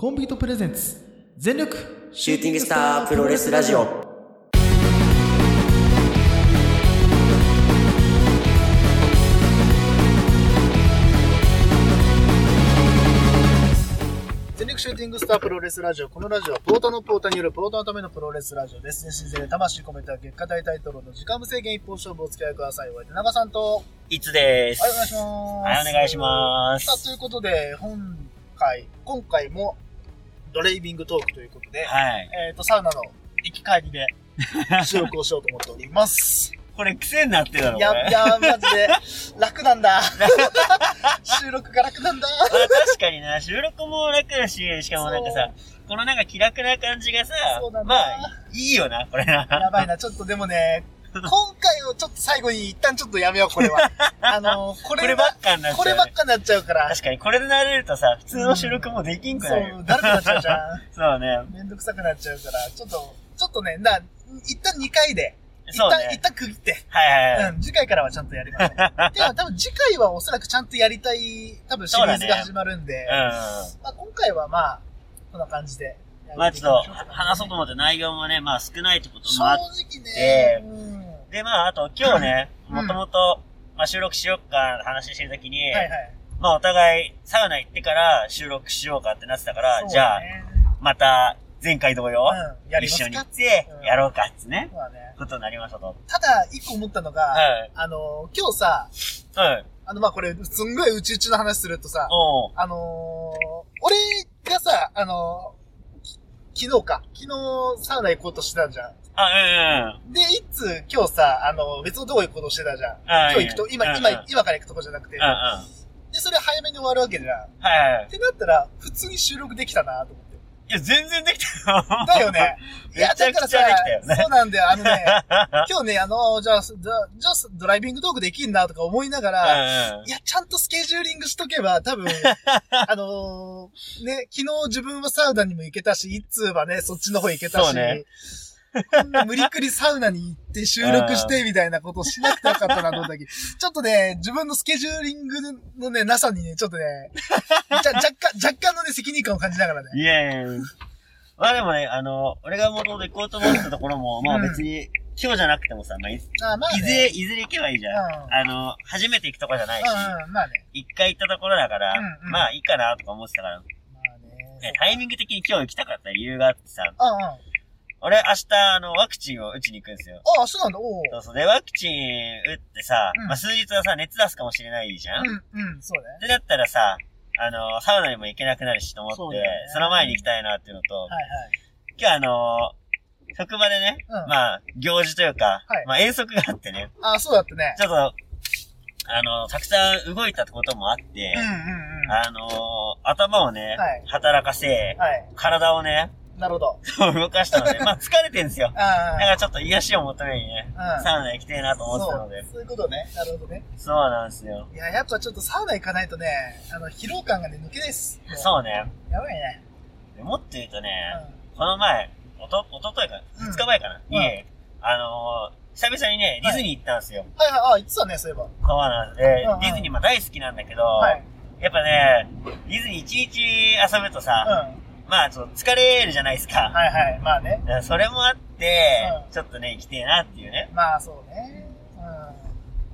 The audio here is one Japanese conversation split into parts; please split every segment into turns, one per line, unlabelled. コンビートプレゼンツ全力
シューティングスタープロレスラジオ。
全力シューティングスタープロレスラジオ。このラジオはポーターのポーターによるポーターのためのプロレスラジオです。全身で魂込めた月下大タイトルの時間無制限一本勝負をお付き合いください。お相手長さんと、
いつです。
はい、お願いします。
はいお願いします
さあ、ということで、本回、今回もドレイビングトークということで、
はい。
えっ、と、サウナの行き帰りで収録をしようと思っており ます。
これ癖になって
い
たのこ
や、い
れ。
や、マジで、楽なん だ。収録が楽なんだ。
まあ確かにな、収録も楽だし、しかもなんかさ、このなんか気楽な感じがさ
そうだ、な
まあ、いいよな、これな。
やばいな、ちょっとでもね、今回をちょっと最後に一旦ちょっとやめよう、こ れは。あの、こ
こ
れ
れば
ば、
っかになっち
これ
ゃう
ばっ
ね。
かになっちゃうから。
確かに、これで慣れるとさ、普通の収録もできんく
そ
なるよ
う、。だるくなっちゃうじゃ
そうね。
ん。めんどくさくなっちゃうから、ちょっと、ちょっとね、な、一旦2回で、一
そう
旦、一
ね。
旦区切って、
はいはいはい。
うん、次回からはちゃんとやり ましょう。では、多分次回はおそらくちゃんとやりたい、多分シリーズが始まるんで、
う
まあ今回はまあ、こんな感じでや
ん。まあ
てい
ち
きま
ょっ
し
と
ょかね、
話そうと思って内容もね、まあ少ないってこと
正
もあっ
直
え
ね、
え
うん。は
で、まあ、あと今日ね、
うん
もともと、まあ、収録しよっか、話してるときに、
いはい。
まあ、お互い、サウナ行ってから収録しようかってなってたから、
そう
じゃあ、
ね
また、前回同様、
うん、やりま
一緒
す
に
か
行って
う、ん
やろうかってね、
まあね。
ことになりましたと。
ただ、一個思ったのが、
はい。
あの、今日さ、
はい。
あの、まあ、これ、すんごいうちうちの話するとさ、
おう。
あのー、俺がさ、あのーき昨日か。昨日、サウナ行こうとしてたじゃ
あ、うんうん。
ん。で、いつ、今日さ、あのー、別のとこ行こうとしてたじゃん。
今
今日行くと、今、
うんうん、うん
今、今から行くとこじゃなくて。
うん。は
で、それ早めに終わるわけじゃん。っ
いはい。
てなったら、普通に収録できたなと思って。
いや、全然できたよ。
だよね。いや、
めちゃ
だ
く
か
ちゃ
ら
でき
さ、
たよね
そうなんだよ。あの ね、
う
今日ね、あのー、じゃあ、じゃあじゃあドライビングトークできんなとか思いながら、
んうん
いや、ちゃんとスケジューリングしとけば、多分、 あのーね、昨日自分はサウナにも行けたし、いつはね、そっちの方行けた
そう
し、
ね
こんな無理くりサウナに行って収録してみたいなことをしなくてよかったなと思っ たけど、ちょっとね、自分のスケジューリングのね、なさにね、ちょっとね、じゃ若干、若干のね、責任感を感じながらね。
いやいやいやまあでもね、あの、俺が元々行こうと思ってたところも、まあ別に、今日じゃなくてもさ、まあ、いず
あまあ
いず
ね。
れ、いずれ行けばいいじゃん。
うん
あの、初めて行くとこじゃないし、
うんうん、まあね。
一回行ったところだから、
うんうん
まあいいかなとか思ってたから、ね、
まあね。
タイミング的に今日行きたかった理由があってさ、
うんうん。
俺明日、あの、ワクチンを打ちに行くんですよ。
ああ、そうなんだ。おう
そうそう。で、ワクチン打ってさ、
うん
まあ数日はさ、熱出すかもしれないじゃん。
うんうん、そうね。
で、だったらさ、あの、サウナにも行けなくなるしと思って、
そ
そ,、
うだよね
の前に行きたいなっていうのと、
はいはい。
今日あのー職場でね、
うん
まあ、行事というか、
はい
まあ遠足があってね、
ああ、そうだったね。
ちょっと、あのーたくさん動いたこともあって
うん、うんうん。は
あのー頭をね、
はい
働かせ、
い。
体をね、
なるほど。
動かしたので、まあ疲れてんですよ。だか
あ
らちょっと癒しを求めにね、
あ。
サウナ行きたいなと思ってたの
そ
で
う、。そういうことね。なるほどね。
そうなんですよ。
いや、やっぱちょっとサウナ行かないとね、あの、疲労感がね、抜けないっす。
そうね。
う。やばいね。
もっと言うとね、
う
この前、おと、おとといか
う
な、
ん
2日前かな、に、
うん
あのー久々にね、ディズニー行ったんですよ。
ん。はいはい、あ、言ってたね、そういえば。
そうなんです。で
うんうん
ディズニーも大好きなんだけど、
はい。
やっぱね、ディズニー一日遊ぶと
う
さ、
ん。
まあちょっと疲れるじゃないですか。
はいはい、まあね。
だからそれもあって、
うん
ちょっとね、行きてえなっていうね。
まあそうね。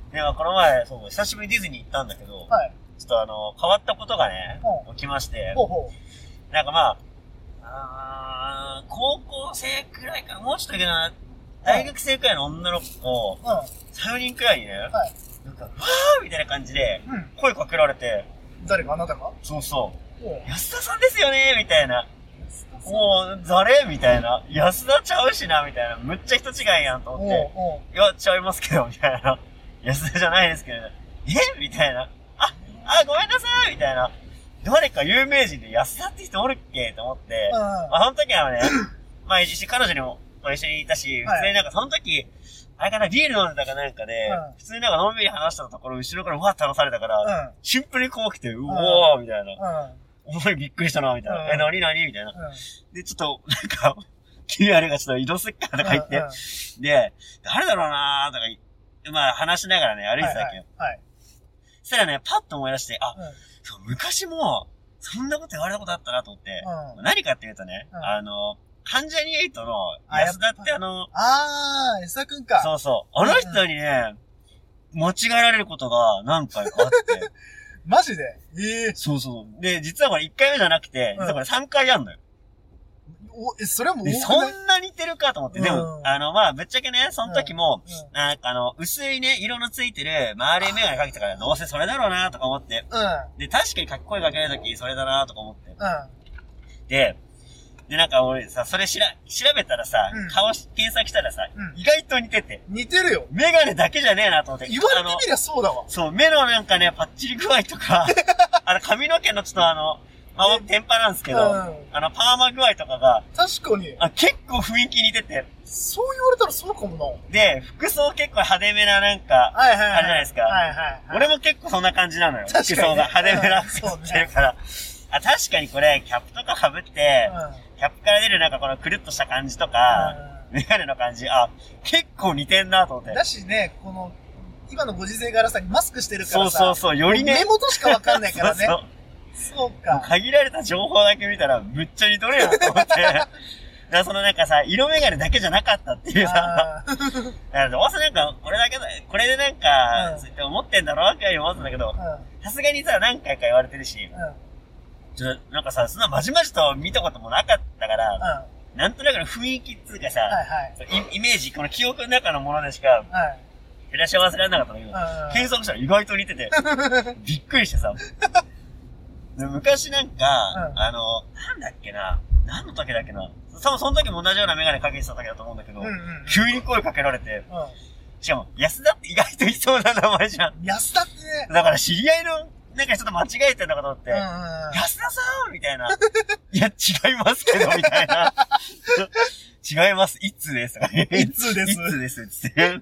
うん。
でもこの前、そう、久しぶりにディズニー行ったんだけど、
はい。
ちょっとあの、変わったことがね
う、
起きまして、
ほうほ
なんかまあ、あー高校生くらいかな、もうちょっといけな、大学生くらいの女の子を、
う。う
3人くらいにね、
はい
なんか、わーみたいな感じで、
ん。うん。
声かけられて、
誰かあなたかお
そうそう。
う。
安田さんですよねみたいな。もう、誰みたいな。安田ちゃうしなみたいな。むっちゃ人違いやんと
おう
思って。
おう。
いや、ちゃいますけど、みたいな。 安田じゃないですけど、えみたいな。あ、あ、ごめんなさいみたいな。誰か有名人で安田って人おるっけと思って。
うん。
まあ、その時はね、 まあ、一緒に彼女にも一緒にいたし、
はい
普通になんかその時、あれかな、ビール飲んでたかなんかで、
うん
普通になんかのんびり話したところ、後ろからわーって話されたから、
うん。
シンプルに怖くて、うおーみたいな。
うん。
お前びっくりしたな、みたいな。
うん
え、なになにみたいな。
うん。
で、ちょっと、なんか、 君あれがちょっと移動すっかとか言って、で、誰だろうなーとか言って、まあ話しながらね、歩いてたわけよ。
はい。
そしたらね、パッと思い出して、あ、
うん
そう昔も、そんなこと言われたことあったなと思って、
うん。
何かっていうとね、
うん
あの、関ジャニエイトの
あ
安田って
や
あの、
あー、安田くんか。
そうそう、あの人にね、間違えられることが何回か あって、
マジでええ
そうそう。で、実はこれ1回目じゃなくて、実はこれ3回やんのよ。
お、え、それはもう
で、
多
そ
くない、
んな似てるかと思って、でも
う、ん
あの、まあ、ぶっちゃけね、その時も、
うん
なんかあの、薄いね、色のついてる、丸いメガネかけてたから、どうせそれだろうなとか思って、
うん。
で、確かにかっこいいかけない時、それだなとか思って、
う
で、で、なんか俺さ、それしら、調べたらさ、
うん
顔し検索したらさ、
うん
意外と似てて、
ん。似てるよ。
メガネだけじゃねえなと思って。
言われて
あの
みりゃそうだわ。
そう、目のなんかね、パッチリ具合 とか、あの、髪の毛のちょっとあの、まあ、僕、天パなんですけど、
うん
あの、パーマ具合とかが、
確かに。
あ結構雰囲気似てて、
そう言われたらそうかも
で、服装結構派手めななんか
な。、はいはいはい。
あれじゃないですか
はいはい、はい。
俺も結構そんな感じなのよ。服
確かにね
装が派手めな
うん
服着てるから。あ、確かにこれ、キャップとか被って、キャップから出るなんかこのくるっとした感じとか、メガネの感じ、あ、結構似てんなと思っ
うん。
て。
だしね、この、今のご時世柄さ、マスクしてるか
そ
ら
う
さ。
そうそう、よりね
目。元しかわかんないからね。
そうそう
そう
もう
か。
限られた情報だけ見たら、むっちゃ似とるやんと思っ て。だからそのなんかさ、色眼鏡だけじゃなかったっていうさ、
あー
だからどうせなんか、これだけだ、これでなんか、
うん
そうやって思ってんだろうって思ってたんだけど
う、ん。
さすがにさ、何回か言われてるし、
うん。うん。
ちょなんかさ、そんなまじまじと見たこともなかったから、
は
なんとなくの雰囲気っつうかさ、
いはい。
イイメージ、この記憶の中のものでしか、
はい。
照らし合わせられなかったんだけど、検
う
索したら意外と 似てて、
ん。
びっくりしてさ。で昔なんか、
うん
あの、なんだっけな、何の時だっけな、多分その時も同じようなメガネかけてた時だと思うんだけど、
うんうん。
急に声かけられて、
う
しかも、安田って意外といそうな名前じゃん。
ん。安田ってね。
だから知り合いの、なんかちょっと間違えてんのかと思って、
うんうん
安田さんみたいな。いや、違いますけど、みたいな。違います、一通です。
うん。一通です。
一通です、つって。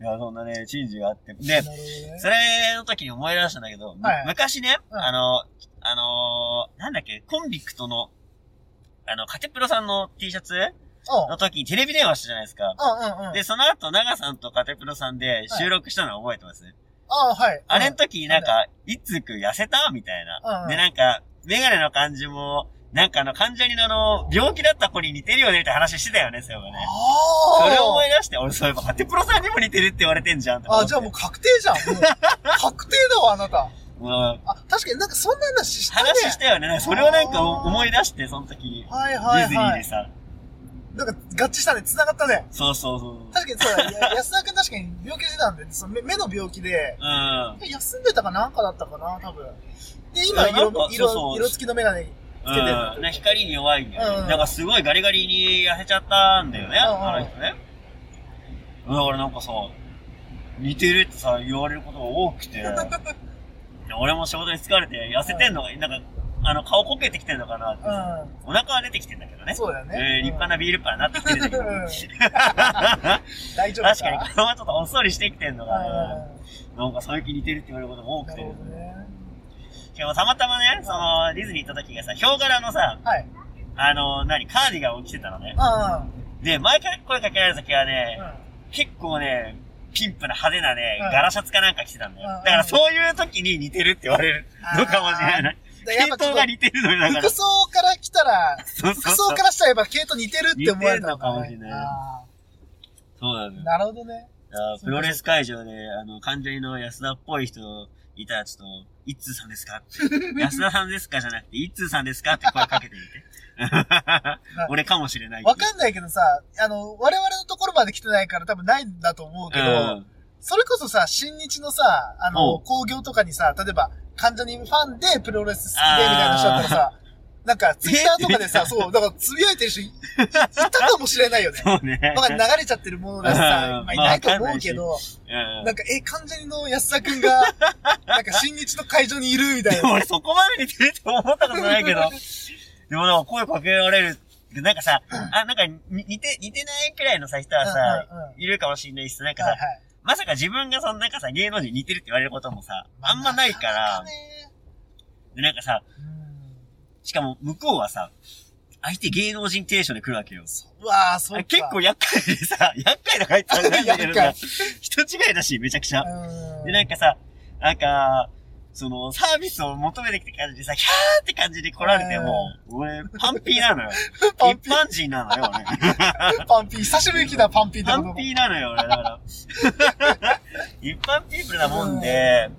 いや、そんなね、チンジがあって。
な
で
る、ほどね
それの時に思い出したんだけど、む
はい
昔ね、
うん
あの、あのーなんだっけ、コンビクトの、あの、カテプロさんの T シャツの時にテレビ電話したじゃないですか。
うんうんうん。
で、その後、長さんとカテプロさんで収録したのは覚えてます、
ああ、はい。
あれの時、なんか、いつく痩せたみたいな。
うん
で、なんか、メガネの感じも、なんかあの、患者にあの、病気だった子に似てるよねって話してたよね、そういえばね。
ああ。
それを思い出して、俺そういえば、ハテプロさんにも似てるって言われてんじゃんとか
あ、
思って。
じゃあもう確定 じゃん。もう確定だわ、あなた。
うん
あ、確かになんかそんな話したね。
話したよね。それをなんか思い出して、その時に。
はい
デ
はい
ィズニー
は
で
い。
さ。
なんか合致したね。繋がったね。
そうそうそう。
確かにそうだ。 や安田くん確かに病気してたんで、その目目の病気で、
うん。
休んでたかなんかだったかな、多分。で、今、
いやな
色
んか、
色
そうそう
色付きのメガネにつけてる
うん、ね光に弱いんだよね。
うん
なんかすごいガリガリに痩せちゃったんだよね、
うんうん
あの人ね。だからなんかさ、似てるってさ、言われることが多く て、で俺も仕事に疲れて痩せてんのが、なんか、あの、顔こけてきてんのかなって。
う
お腹は出てきてんだけどね。
ん。そうだよね。
えー立派なビールパンになってきてるんだけど。
う ん
確
大丈夫か
かに顔はちょっとほっそりしてきてんのがね、
う
なんか最近似てるって言われることも多
ん
く
な
て
る。ほどね。
しかもたまたまね、その、ディズニー行った時がさ、ヒョウ柄のさ、
はい。
あの、何、カーディガンを着てたのね。
あ
で、毎回声かけられた時はね、
あ、
結構ね、ピンプな派手なね、
うん
柄シャツかなんか着てたんだよ。
うんうん
だからそういう時に似てるって言われるのかもしれない。
うん。 でやっ
系
ぱちょ
統
っ
が似てるのよ、だ
と
から
服。装から来たら、
そう
服
そう
装
そう
か。らしたらやっぱ系統似てるって思われた
似てんのかもしれない
あ
そうなんだ
ー
よ
なるほどね。
だから。プロレス会場で、あの、関ジャニの安田っぽい人いたらちょっと、一通さんですか 安田さんですかじゃなくて、一通さんですかって声かけてみて。 俺かもしれないってい
わ
う。
かんないけどさ、あの、我々のところまで来てないから多分ないんだと思うけど、
うん
それこそさ、新日のさ、あ
う
の、
ん
興行とかにさ、例えば、患者にファンでプロレス好きでみたいな人だったら さ、なんか、ツイッターとかでさ、そう、だから、つぶやいてる人い、いたかもしれないよね。
そうね。
まあ、流れちゃってるものだしさ
う、ん
まあ、いないと思うけど、
うん
なんか、え、患者の安田くんが、なんか、新日の会場にいるみたい
でも
な。
俺そこまで似てると思ったことないけど。でもなんか声かけられるって、なんかさ、あ、なんかに似て、似てないくらいのさ、人はさ、
うんうんうん
いるかもしれないしさ、なんか
はいは
さ
い、。
まさか自分がそのなんかさ、芸能人に似てるって言われることもさ、あんまないか
な
ら
か、ね
で、なんかさ、
うん
しかも向こうはさ、相手芸能人提唱で来るわけよ。
うわぁ、そうか。
結構厄介でさ、厄介とか言ったらあれなんだけど
厄
さ、人違いだし、めちゃくちゃ。
うん
で、なんかさ、なんか、その、サービスを求めてきた感じでさ、キャーって感じで来られても、俺、パンピーなのよ。
パン
一
ピー、
般人なのよ、 俺。
パンピー、久しぶりに来たパンピーって
パ
こ
ン
と
ピーなのよ、俺、だから。 一般ピープルなもんで、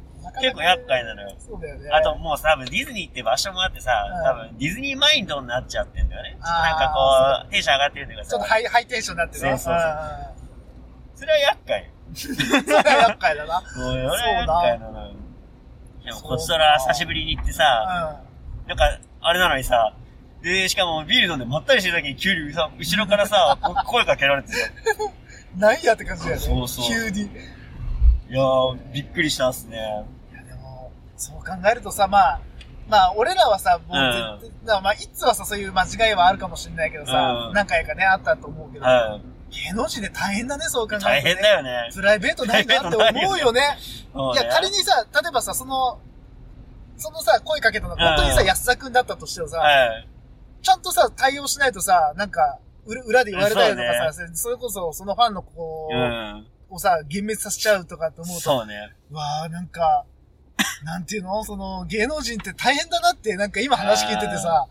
結構厄介なのよ。
そうだよね。
あと、もうさ、多分ディズニーって場所もあってさ、多
うん
分ディズニーマインドになっちゃってんだよね。ちょっと
あー
なんかこう、テンション上がってるというか
ちょっと
さ、
ハイハイテンションになってね。
そうそうそうんそれは厄介。
うんそれは厄介だな。
もう、俺は厄介なのよ。でも、こっちとら久しぶりに行ってさ、
う
なんか、あれなのにさ、で、しかもビール飲んでまったりしてる時に急にさ、後ろからさ、こ 声かけられてさ、
ん。なんやって感じだよね。
そうそう
急に。
いやー、びっくりしたっすね。
いやでも、そう考えるとさ、まあ、まあ、俺らはさ、もう絶対、まあ、いつはさ、そういう間違いはあるかもしれないけどさ、
うん
何回かね、あったと思うけど、
は
芸能人で大変だね、そう考え
い。
ると、
大変だよね。
プライベートないなって思うよね。
そう
い
ね
や、仮にさ、例えばさ、その、そのさ、声かけたのが本当にさ、
うん
安田くんだったとしてもさ、
はい。
ちゃんとさ、対応しないとさ、なんか、裏裏で言われたりとかさ、それこそそのファンの子
うん。
をさ、幻滅させちゃうとかって思うと、
そうね。
うわあなんか、なんていうのその、芸能人って大変だなって、なんか今話聞いててさ、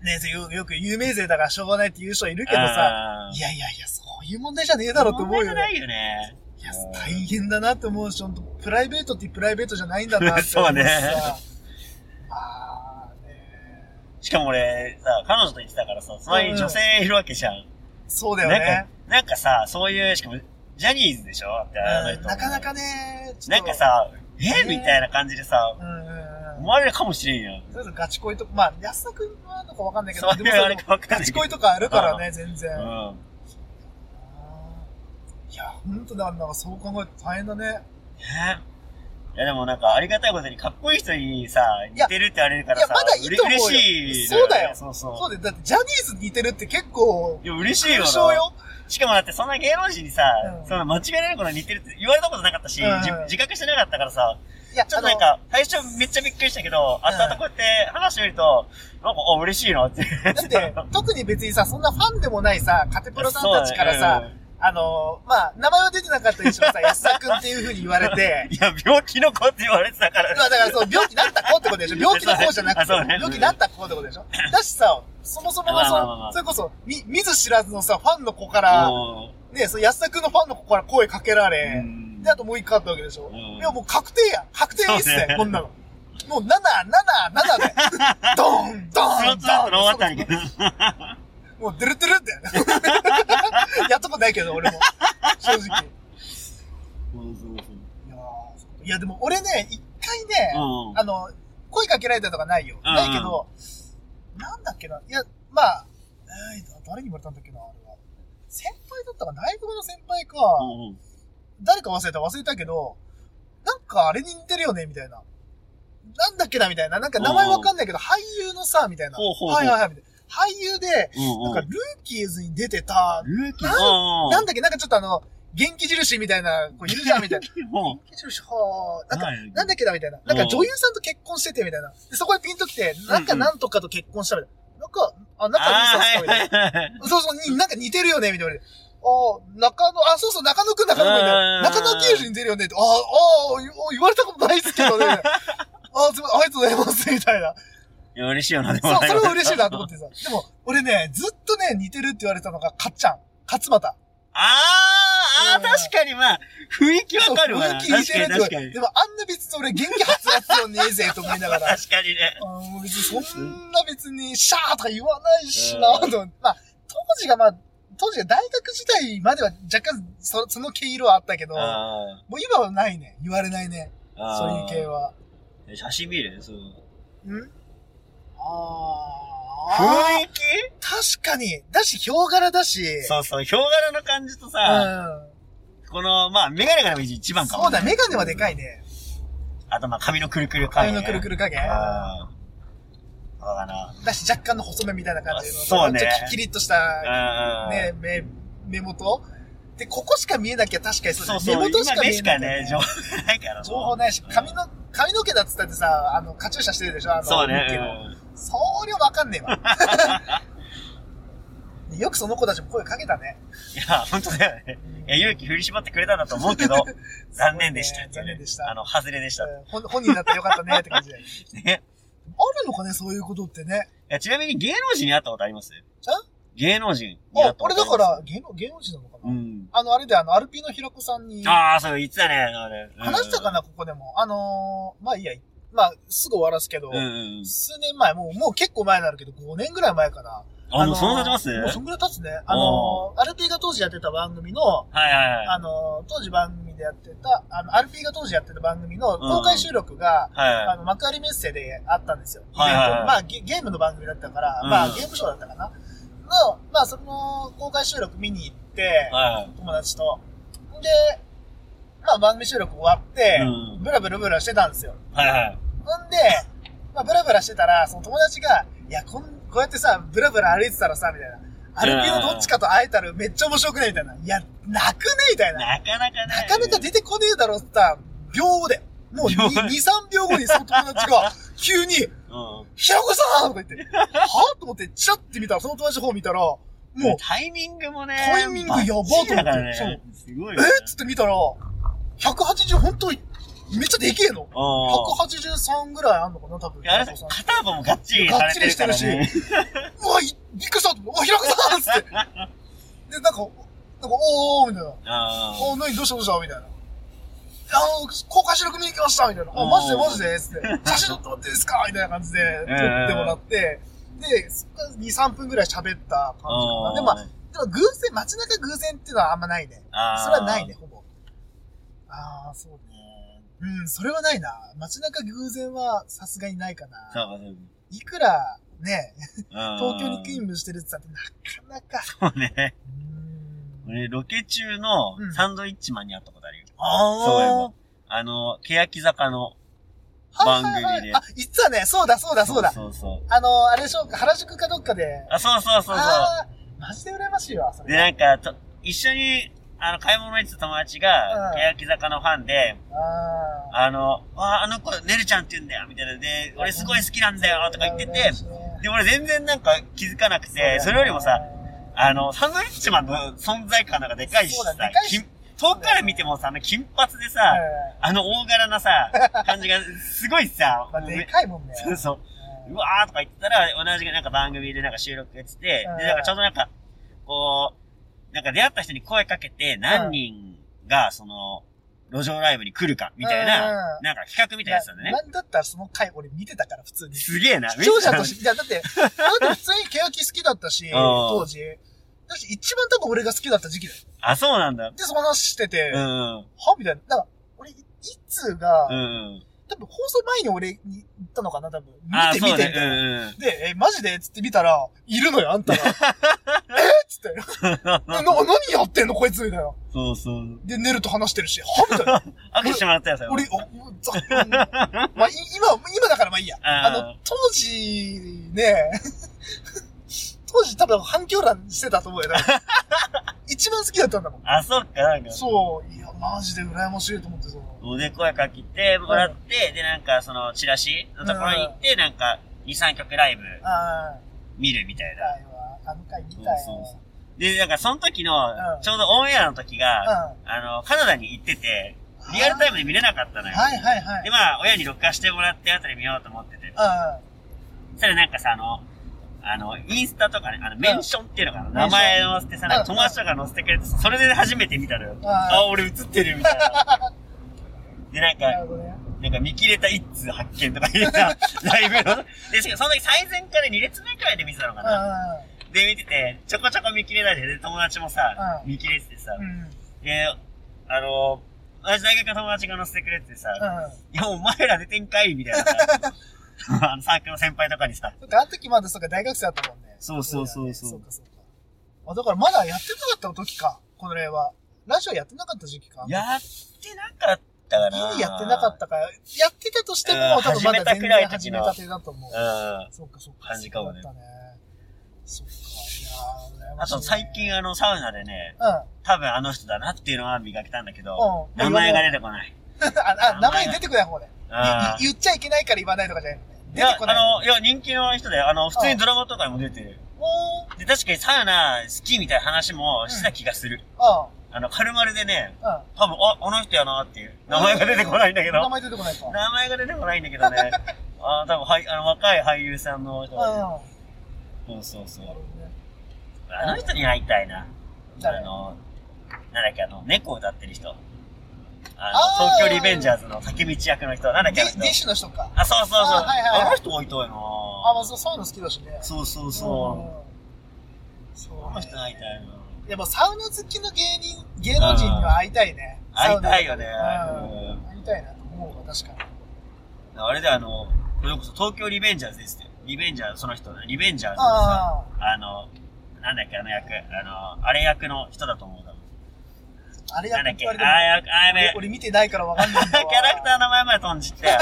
ねえ、よよく有名勢だからしょうがないって言う人いるけどさ、
あー
いやいやいや、そういう問題じゃねえだろって思うよ
問題がな
ね。
いよね。
いや、大変だなって思うし、ほんと、プライベートってプライベートじゃないんだなって思うし
そうね
さ。あーね
しかも俺、さ、彼女と言ってたからさ、その前に女性いるわけじゃん。
そうだよ
なん
ね
か。、なんかさ、そういう、しかも、ジャニーズでしょって、あの
う
人
んなかなかね、ちょっ
な
と
んか、さ、えみたいな感じでさ
う、んうんうん。
思われるかもしれんやん。
とりあえずガチ恋とか、まあ、安田くんはなんかわかんないけど、
そういうあれかわかん
ガ
ない
チ
けど。
恋とかあるからね、全然。
うん。
いや、ほんとだ、なんかそう考えると大変だね。
ねいやでもなんかありがたいことにかっこいい人にさ、
いや
似てるって言われるからさ
いやまだ、いいと思うよ
嬉しいの。
そうだよ
そうそう。
そうで、だってジャニーズに似てるって結構、
いや、嬉しいよ
優
な。
勝よ。
しかもだってそんな芸能人にさ、
うん
その間違えられること似てるって言われたことなかったし、
うん
じ自覚してなかったからさ、
いや、
ちょっとなんか、最初めっちゃびっくりしたけど、後々こうやって話を見ると、なんか、あ、嬉しいなって。
あの、だって、特に別にさ、そんなファンでもないさ、カテプロさんたちから
そう
さ、
だね、
あの、まあ、名前は出てなかったにしてもさ、安田くんっていう風に言われて
うん、いや、病気の子って言われてたから。
まあだからそう、病気なった子ってことで しょ病気の子じゃなくて、
そうね
病気なった子ってことでしょだしさ、そもそもが
まあまあまあま
そ
あ
う、それこそ、み、見ず知らずのさ、ファンの子から、
も
ね、そう、安田くんのファンの子から声かけら
うう
れ、
ん
で、あともう一回あったわけでしょ、
うん
いや、もう確定やん確定です
そう
ね
ね、
こんなの。もう、7、7、7で、 ドーン、ド
スロ
ーン、
ットア
ドーン
ウトの終わったんやけど。
もう、ドゥルドゥルって。 やったことないけど、俺も。正直。いや
そうそうそう
ーいや、でも俺ね、一回ね、
うん
あの、声かけられたとかないよ。
うん
ないけど、なんだっけな。いや、まあ、えー誰に言われたんだっけな、あれは。先輩だったかな、大学の先輩か、
うんうん
誰か忘れた、忘れたけど、なんかあれに似てるよね、みたいな。なんだっけな、みたいな。なんか名前わかんないけど、俳優のさ、みたいな。
ほうほうほう
はいはいはい、みたいな。俳優で、
うんう
なん
ん
かルーキーズに出てた、
ルーキー
なん
うん
なんだっけ、なんかちょっとあの、元気印みたいな、こういるじゃん、みた いな。
も
元気印、は
う
あ、なんか、
はい
なんだっけだみたいな。なんか女優さんと結婚しててみたいな。でそこでピンときて、なんか
うんうん
なんとかと結婚したみたいな。なんか、あ、仲いいさ
あ
んっすかみたい
ーはいはいはい
な。そうそう、になんか似てるよねみたいな。ああ、中野、あ、そうそう、中野くん、中野くんみたいな。
うん
中野刑事に似てるよねって。あーあー、言言われたことないですけどね。ああ、すみません、ありがとうございます、みた いな。
いや、嬉しいよな、で
そう、それは嬉しいなと
と
思ってさ。でも、俺ね、ずっとね、似てるって言われたのが、かっちゃん。勝俣。
あー、あ
うん
ー確かに、まあ、雰囲気わかるわな。
そう
確
雰囲気似てるって
かに、
言われ
確か
て
に
で。も、あんな別に俺、元気発達よねえぜ、と思いながら。
確かにね。
あーもう別にそんな別にシャーとか言わないしなと思って、まあ、当時がまあ、当時が大学時代までは若干そその毛色はあったけど、も
あ
う今はないね。言われないね。
ーあ
そういう系
は。
は。
写真見るそう。
んああ
雰囲気
確かに。だし、ヒョウ柄だし。
そうそう、ヒョウ柄の感じとさ、
ん。
この、まあ、メガネが一番かも。
そうだ、メガネはでかい。ね。
あと、まあ、髪のくるくる感
髪のくるく
る。
る加減。
あーそうだな。
だし、若干の細めみたいな感じの。
あそうね
ちょっとキリッとした
うんうん
ね、目、目元で、ここしか見えなきゃ確かにそうだ
そ
ね
うそ
目
う、
元し
今
か見
目
え
し
な
か
い、
ね、情報ないからな。
情報ないし、髪の、髪の毛だっつったってさ、あの、カチューシャしてるでしょあの、
そうね
日記。の
うん
そりゃわかんねえわ。いね。 よくその子たちも声かけたね。
いや、本当だよね。いや、勇気振り絞ってくれたんだと思うけど、残念でしたっていうね。
残念でした
あの、外れでした。
うん本本人になってよかったねって感じで。あ
ね。
るのかね、そういうことってね。
いや、ちなみに芸能人に会ったことあります
あ
芸能人に会
あ
っ、たこ
俺
と
だ
ありま
か
す
ら、芸能、芸能人なのかな、
うん。
あの、あれで、あの、アルピーの平子さんに、
ああ、そう、言ってたね。あれ
話したかな、ここでも。あのー、まあいいや、まあ、すぐ終わらすけど、
うんうん。
数年前、もう、もう結構前になるけど、5年ぐらい前かな。
あ、も
の
う
ー
そんな経ちます
もうそんぐらい経つね。あのー、アルピーが当時やってた番組の、
はいはいは
あのー、当時番組でやってた、あの、アルピーが当時やってた番組の公開収録が、
い。はいは
あ
い。
の、幕張メッセであったんですよ。
はいはい
イベ
はい
ントまあゲ、ゲームの番組だったから、
うん
まあ、ゲームショーだったかな。の、まあ、その、公開収録見に行って、
はい。
友達と。で、まあ、番組収録終わって、
うん
ブラブラブラしてたんですよ。
はいはい。
ほんで、まあ、ブラブラしてたら、その友達が、いや、こん、こうやってさ、ブラブラ歩いてたらさ、みたいな。アルピーのどっちかと会えたらめっちゃ面白くないみたいな。いや、泣くねみたいな。
なかなかね。
なかなか出てこねえだろってさ、秒で。もう2、
秒
2 3秒後にその友達 が、急に、
うん。
ひろこさんとか言って、はぁと思って、チラッて見たら、その友達の方見たら、もう、えっ
タイミングもね。
タイミングやばと思って
バッチリだからね。
そう
すごいよね。
っつって見たら、180、本当に、めっちゃでけえの。
う
183ぐらいあんのかな、多分。
ん。いやあれ
平
さ
子さん
肩幅もがっちりされてるから
がっちり
ね。
うわ、いびっくりしたお、平子さんっつって。で、なんか、なんか、おーおーみたいな。
あ
おー、何どうしたどうしたみたいな。あの、公開収録見に来ましたみたいな。あ、
うん
マジでマジでつって。写 真撮ってもらっていいですかみたいな感じで、撮ってもらって。で、そっから2、3分ぐらい喋った感じか
あ
な。でもまあ、でも偶然、街中偶然っていうのはあんまないね。
あー
それはないね、。ほぼ。ああ、そうね。うん、それはないな。街中偶然はさすがにないか
そ
な。
うか、そう
いくら、ね、
か。
東京に勤務してるって言ったってなかなか。
務。そうね。
うーん
俺、ロケ中の
うん
サンドイッチマンに会ったことあるよ。
あー
そうやもんあの、欅坂の番組
は
で。
いはいはいあ、実はね、そうだそうだそうだ。
そうそう。
あの、あれでしょうか、原宿かどっかで。
あ、そうそうそうそ。
あーマジで羨ましいわ、そう
で、
れ。
なんか、と、一緒に、あの、買い物行ってた友達
う
が
ん、
欅坂のファンで、
あー
あの、わあ、あの子、ねるちゃんって言うんだよ、みたいな。で、俺すごい好きなんだよ、とか言ってて、で、俺全然なんか気づかなくて、それよりもさ、、あの、サンドウィッチマンの存在感なんかでかいし
そう
さ
だでかいし
金遠くから見てもさ、あの金髪でさ、
う
あの大柄 なさ、感じがすごいさ、
んまあ、でかいもんね。
そうそう。
う
うんわーとか言ってたら、同じなんか番組でなんか収録やってて、で、
うん
なんかちょうどなんか、こう、なんか出会った人に声かけて、何人がその、路上ライブに来るか、みたいな
う、ん
なんか企画みたいなやつなんだね
な。なんだったらその回俺見てたから、普通に。視
すげえな。
聴者として、いや、だって、だって普通に欅好きだ ったし、当時。だし、一番多分俺が好きだった時期だよ。
あ、そうなんだ。
で、その話してて、
うん
は
うん。
みたいな。だから、俺、いつが、
うん
多分放送前に俺に言ったのかな、多分。
うん。あ、
見て
そ
見
う
て
ね
み。
う
たいな。
んうん。
で、え、マジでつって見たら、いるのよ、あん たが。えっつって。な、何やってんの、こいつみたいな。
そうそう。
で、寝ると話してるし、はみたい な。
握手してもらったよ、それは。
俺、お、おざうんまあ、い今、今だからまあいいや。
あ
あ
ー
の、当時、ね、当時多分反響欄してたと思うよ。 多分一番好きだったんだもん。
あ、そっか、なんか。
そう。いや、マジで羨ましいと思って、その。
で、声かけてもらって、で、なんか、その、チラシのところに行って、なんか、2、3曲ライブ
ああ、
見るみたい
見
な。
たいわ。あの回見たい
そう
わ
そ。で、なんか、その時の
う、ん
ちょうどオンエアの時が、
うん
あの、カナダに行ってて、リアルタイムで見れなかったのよ。
はいはいはい。
で、まあ、親に録画してもらって、後で見ようと思ってて。
う
それなんかさ、あの、あの、インスタとかね、あの、メンションっていうのかな、名前を載せてさ、なんか友達とか載せてくれて、それで初めて見たのよ。
ん
あ、俺映ってるみたいな。 で、なん
ん。な
か
る、ほどね。
なんか見切れた一通発見とか 言うさ、ライブの。で、しかもその時最前から2列目くらいで見てたのかな。
う
で、見てて、ちょこちょこ見切れないで、で友達もさ、
うん
見切れててさ、
んうん。うん。うん。
で、あの、私大学の友達が乗せてくれててさ、いや、お前ら出てんかいみたいなさ。 あの、サークルの先輩とかにさ、
そっか、あの時まだそうか、大学生だったもんね。
そうそうそうそう
だよねそうかそうか。あ、だからまだやってなかった時か、この例は。ラジオやってなかった時期か。
やってなかったかな。
ギリやってなかったから、やってたとして
うん
も、多分まだ全然
始
始
め
め
た
たてだと思う。
た。うん。
そうか、そうか。
感じかもね
そうだったそっか、いやー、羨ま
あ
しいね
と最。近あの、サウナでね、
うん。
多分あの人だなっていうのは磨けたんだけど、
うん
名前が出てこない。
あ、あ、名前出てこない方ね。
あ
いい言っちゃいけないから言わないとかじゃない。
い
出
や
て、こない。
あの、いや、人気の人で、あの、普通にドラマとかにも出てる。
おー
で、確かにサウナ好きみたいな話もしてた気がする。
あ
あの、カルマルでね、
あ、
多分、あ、あの人やなっていう。名前が出てこないんだけ
うん。
ど
名。前出てこないか。うん。
名前が出てこないんだけ どね。あ多分はい、あの、若い俳優さんの人で
あ
そうそうそう。あの人に会いたいな。
誰
あの、なんだっけ、あの、猫を歌ってる人。あの、
あー
東京リベンジャーズの竹道役の人。なんだ
デ
っ
ィ
け、あの
ディッ
人。
シュの人か。
あ、そうそうそう。
あはいはいはい
あの人会いたいな
あ、まあ、そうそういうの好きだしね。
そうそうそう。
うん。そう。
あの人会いたいな
やっぱサウナ好きの芸人、芸能人には会いたいね。
会いたいよね
サウナで
うん
うん会いたいなと思うわ、確かに。
あれであの、それこそ東京リベンジャーズですって。リベンジャー、その人、リベンジャーズのさ、
あ
あの、なんだっけ、あの役、あの、あれ役の人だと思うだろ。
あ、あれや
なんだ
っ
ってけ、
言
あ
われても
あや、あやべ、
俺
キ
俺見てないからわかんないんだわ。
ャラクターの名前まで飛んじ って、あ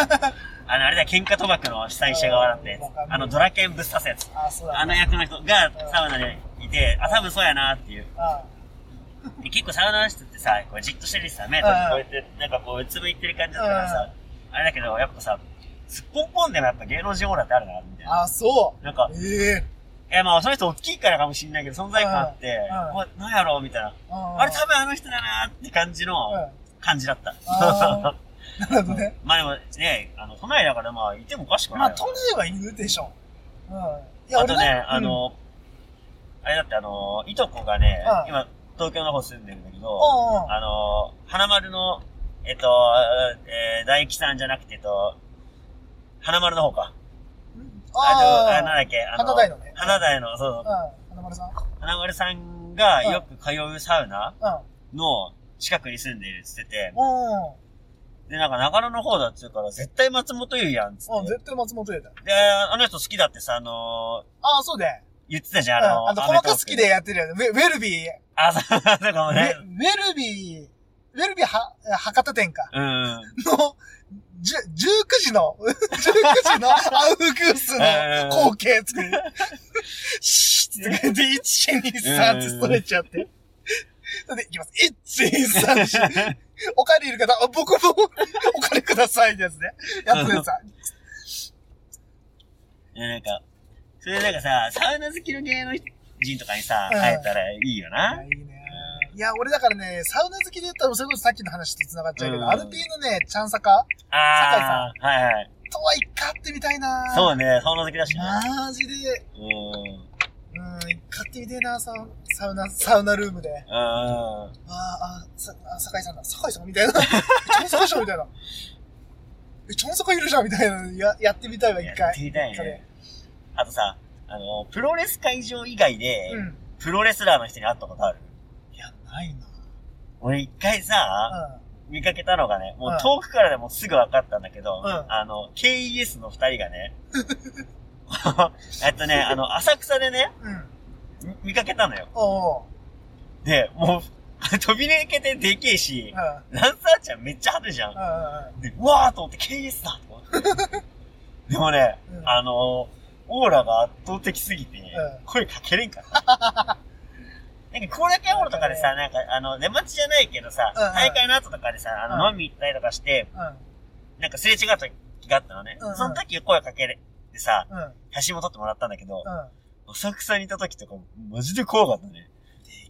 の、あれだ、喧嘩賭博の主催者側だって
わか、んない
あの、ドラケンぶっ刺すやつ。
あ、そうだ、ね。
あの役の人がサウナにいて、あ、多分そうやなっていう。
あ
で結構サウナの人ってさ、こうじっとしてるしさ、目とかこうやって、なんかこう、うつむいてる感じだったからさ、あれだけど、やっぱさ、すっぽんぽんでもやっぱ芸能人オーラってあるな、みたいな。
あ、そう。
なんか、
ええ
いやまあその人大きいからかもしれないけど、存在感あって
うんうん、
こうなんやろうみたいな。
あ
あれ多分あの人だなって感じの感じだった。
あなるほど ね。
まあでもね、あの、都内だからまあいてもおかしく
ま
な
あ、
いよ。
都内はいるでしょ。うん。いや、
あ
俺
と
だ
ね、あ、
うん
の、あれだってあの、いとこがね
う、ん
今東京の方住んでるんだけど、
うんうん
あの、花丸の、えっと、えー、大吉さんじゃなくて、えっと、花丸の方か。あと、あなんだ
あ
っけ、あの、
花大のね
花大の、そうそう。
あ、うん。花丸さん。
花丸さんがよく通うサウナ
うん。
の近くに住んでるっつってて、
うん。
で、なんか長野の方だっつうから、絶対松本優やんっつっ
うん、
て。
絶対松本優だ。
で、あの人好きだってさ、あの
ああ、そうで。
ー、言ってたじゃ、
うん
あの
ん。あ
ー、
と、
アメ
細
トー
か
ク
好きで。やってるよね。ウェウェルビー。
あ、そう、そうかも
ウ
ね
ェ。ウェルビー、ウェルビーは、博多店か。
うん。
の、じゅ、19時の、19時のアウフグースの光景作る。シーって、で、1、2、3ってストレッチやって。それで、いきます。1、2、3、4。お 金いる方、あ僕もお金くださいってやつね。やつでさ。
いや、なんか、それなんかさ、サウナ好きの芸能人とかにさ、
うん
会えたらいいよな。
いいね。いや、俺だからね、サウナ好きで言ったら、それこそさっきの話と繋がっちゃうけ
うん
ど、アルピーのね、チャンサカ
ああ、はいはい。
とは一回会ってみたいな
そうね、サウナ好きだしね。
マジで、
うん。うん。
うん、一回ってみてえな、サウサウナ、サウナルームで。
あ
あーあ、さ、あ、酒井さんだ。酒井さんみたいな。チョンサカじゃんみたいな。え、チョンサカいるじゃんみたいな。や、やってみたいわ、一回。
やってみたいね。あとさ、あの、プロレス会場以外で、
うん。
プロレスラーの人に会ったことある
いや、ないな
俺一回さ、
う
見かけたのがね、もううん遠くからでもすぐ分かったんだけ
う
ど、
ん
あの、KES の二人がね、 えっとね、あの、浅草でね、
ん。うん。
み見かけたのよ。
おうおう。
で、もう、 飛び抜けてでけえし
うん。う、ん。うん
ランサーちゃんめっちゃ派手じゃん。
う
で、うわーと思って KS だと思って。でもね、
うん
あのーオーラが圧倒的すぎて、
うん
声かけれんかった。なんか、コーラキャンホールとかでさ、なんか、あの、出待ちじゃないけどさ、
うんうん
大会の後とかでさ、あの、
うん
飲み行ったりとかして、
ん。
なんかすれ違った時があったのね。
うんうん
その時声かけれてさ、
うん。うん。
写真も撮ってもらったんだけど、
うん。
浅草にいた時とか、マジで怖かったね。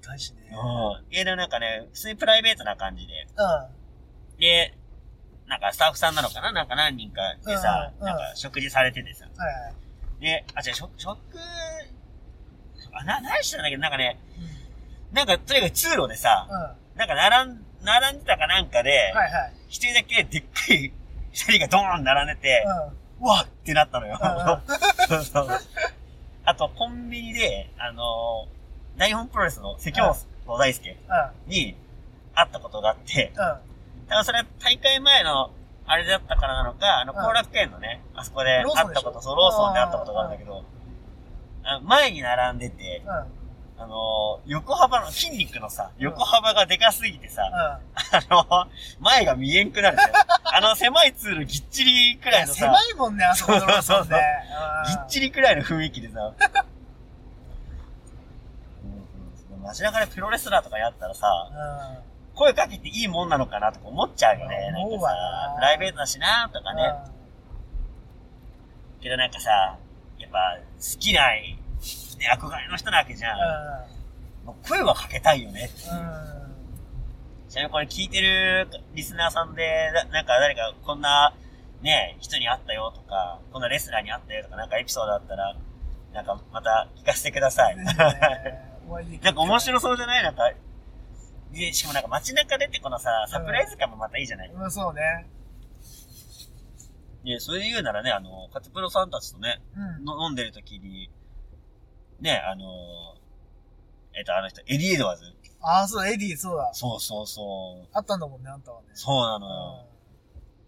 でかいしね。
うん。いや、でもなんかね、普通にプライベートな感じで、
う
で、なんかスタッフさんなのかななんか何人かでさ、
うんうん
なんか食事されててさ。
ん。はいはい。
で、あ、違う、食、食、あ、な、何してたんだっけど、なんかね、
うん。うん。
なんかとにかく通路でさ、
は
なんか並ん、並んでたかなんかで
い、はい。
一、人だけでっかい一人がドーン並んでて
う、
うわっってなったのよ
う。
そうそう。 あと、コンビニで、あのー、大日本プロレスの関本大輔
ん。
に会ったことがあって、
うん。うん。
ただそれは大会前の、あれだったからなのか、あの、
うん
後楽園のね、あそこで
ロー
会
ソン
っ
で
た
しょ
こと、そう、ローソンで会ったことがあるんだけど、あ前に並んでて、
うん。
あのー、横幅の、筋肉のさ、横幅がでかすぎてさ、
うん。
あのー、前が見えんくなるんだよ。 あの、狭い通路ぎっちりくらいのさ
狭、いもんね、あそこのローソンね。
ぎっちりくらいの雰囲気で さ、うんうん街中でプロレスラーとかやったらさ、声かけていいもんなのかなとか思っちゃうよね。なん
思
か
うわ
さ、プライベートだしなとかね。けどなんかさ、やっぱ、好きなですね、憧れの人なわけじゃん。
う
もう声はかけたいよね。
ん。うん。
ちなみにこれ聞いてるリスナーさんで、ななんか誰かこんな、ね、人に会ったよとか、こんなレスラーに会ったよとか、なんかエピソードあったら、なんかまた聞かせてください。なんか面白そうじゃないなんか、で、しかもなんか街中でってこのさ、サプライズ感もまたいいじゃない、
い。まあそうね。
ね、それで言うならね、あの、カツプロさんたちとね、
うん。
の飲んでる時に、ね、あの、えっと、あの人、エリエドワーズ。
ああ、そう、エディ、そうだ。
そうそうそう。
あったんだもんね、あんたはね。
そうな
う
の
ん。
よ。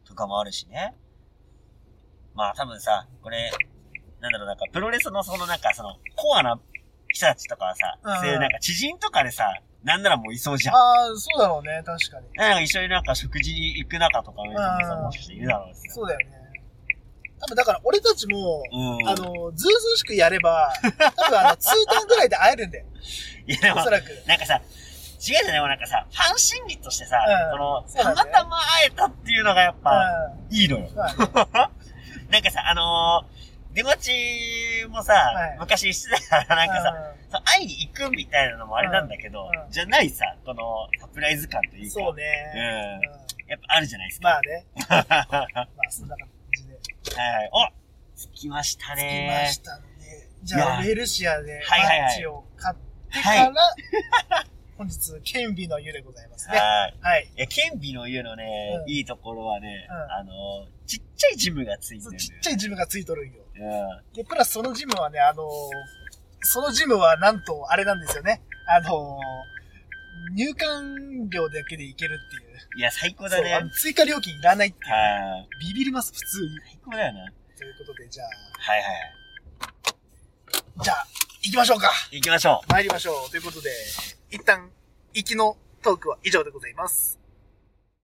とかもあるしね。まあ多分さ、これ、なんだろう、なんかプロレスのそのなんかその、コアな人たちとかはさ、
うん
そういうなんか知人とかでさ、なんならもういそうじゃん。
ああ、そうだろうね、確かに。
なんか一緒になんか食事に行く中とかの人もさ、
うん
もしかしているだろうしさ。
そうだよね。多分だから俺たちも、
うん。
あの、ずうずうしくやれば、多分あの、通単ぐらいで会えるんだよ。
いやでも
おそ、らく。
なんかさ、違うじゃん、でもなんかさ、ファン心理としてさ、
うん
そ
そうだ
の、
ね
たまたま会えたっていうのがやっぱ、
うん
いいのよ。
まあね
なんかさ、あのー、出待ちもさ、
はい
昔してたから、なんかさ、
うん
そう会いに行くみたいなのもあれなんだけど、
うんうん
じゃないさ、このサプライズ感というか。
そうね。
うん
うん
やっぱあるじゃないですか。
まあ ね。
は
まあ、そんな感じで。
いはい。お着きました
着き
ね。
ましたので、じゃあ、ウ
いや
ェルシアで
はいはいはい
マッチを買ってから、本日、顕微の湯でございますね。
はい。
はい。
いや、ケンビの家のね、
うん
いいところはね、
うん
あの、ちっちゃいジムがついて
そ
る
う
のよ。
ちっちゃいジムがついとるんよ。
うん。
で、プラスそのジムはね、あのーそのジムはなんと、あれなんですよね。あのー入館料だけで行けるっていう。
いや、最高
そ
だ
うあの
ね。
追加料金いらないっていう。
はい。
ビビります、普通に。
最高だよな。
ということで、じゃあ、
はいは
じゃあ、行きましょうか。
い。行きましょう。
参りましょう。ということで、一旦、行きのトークは以上でございます。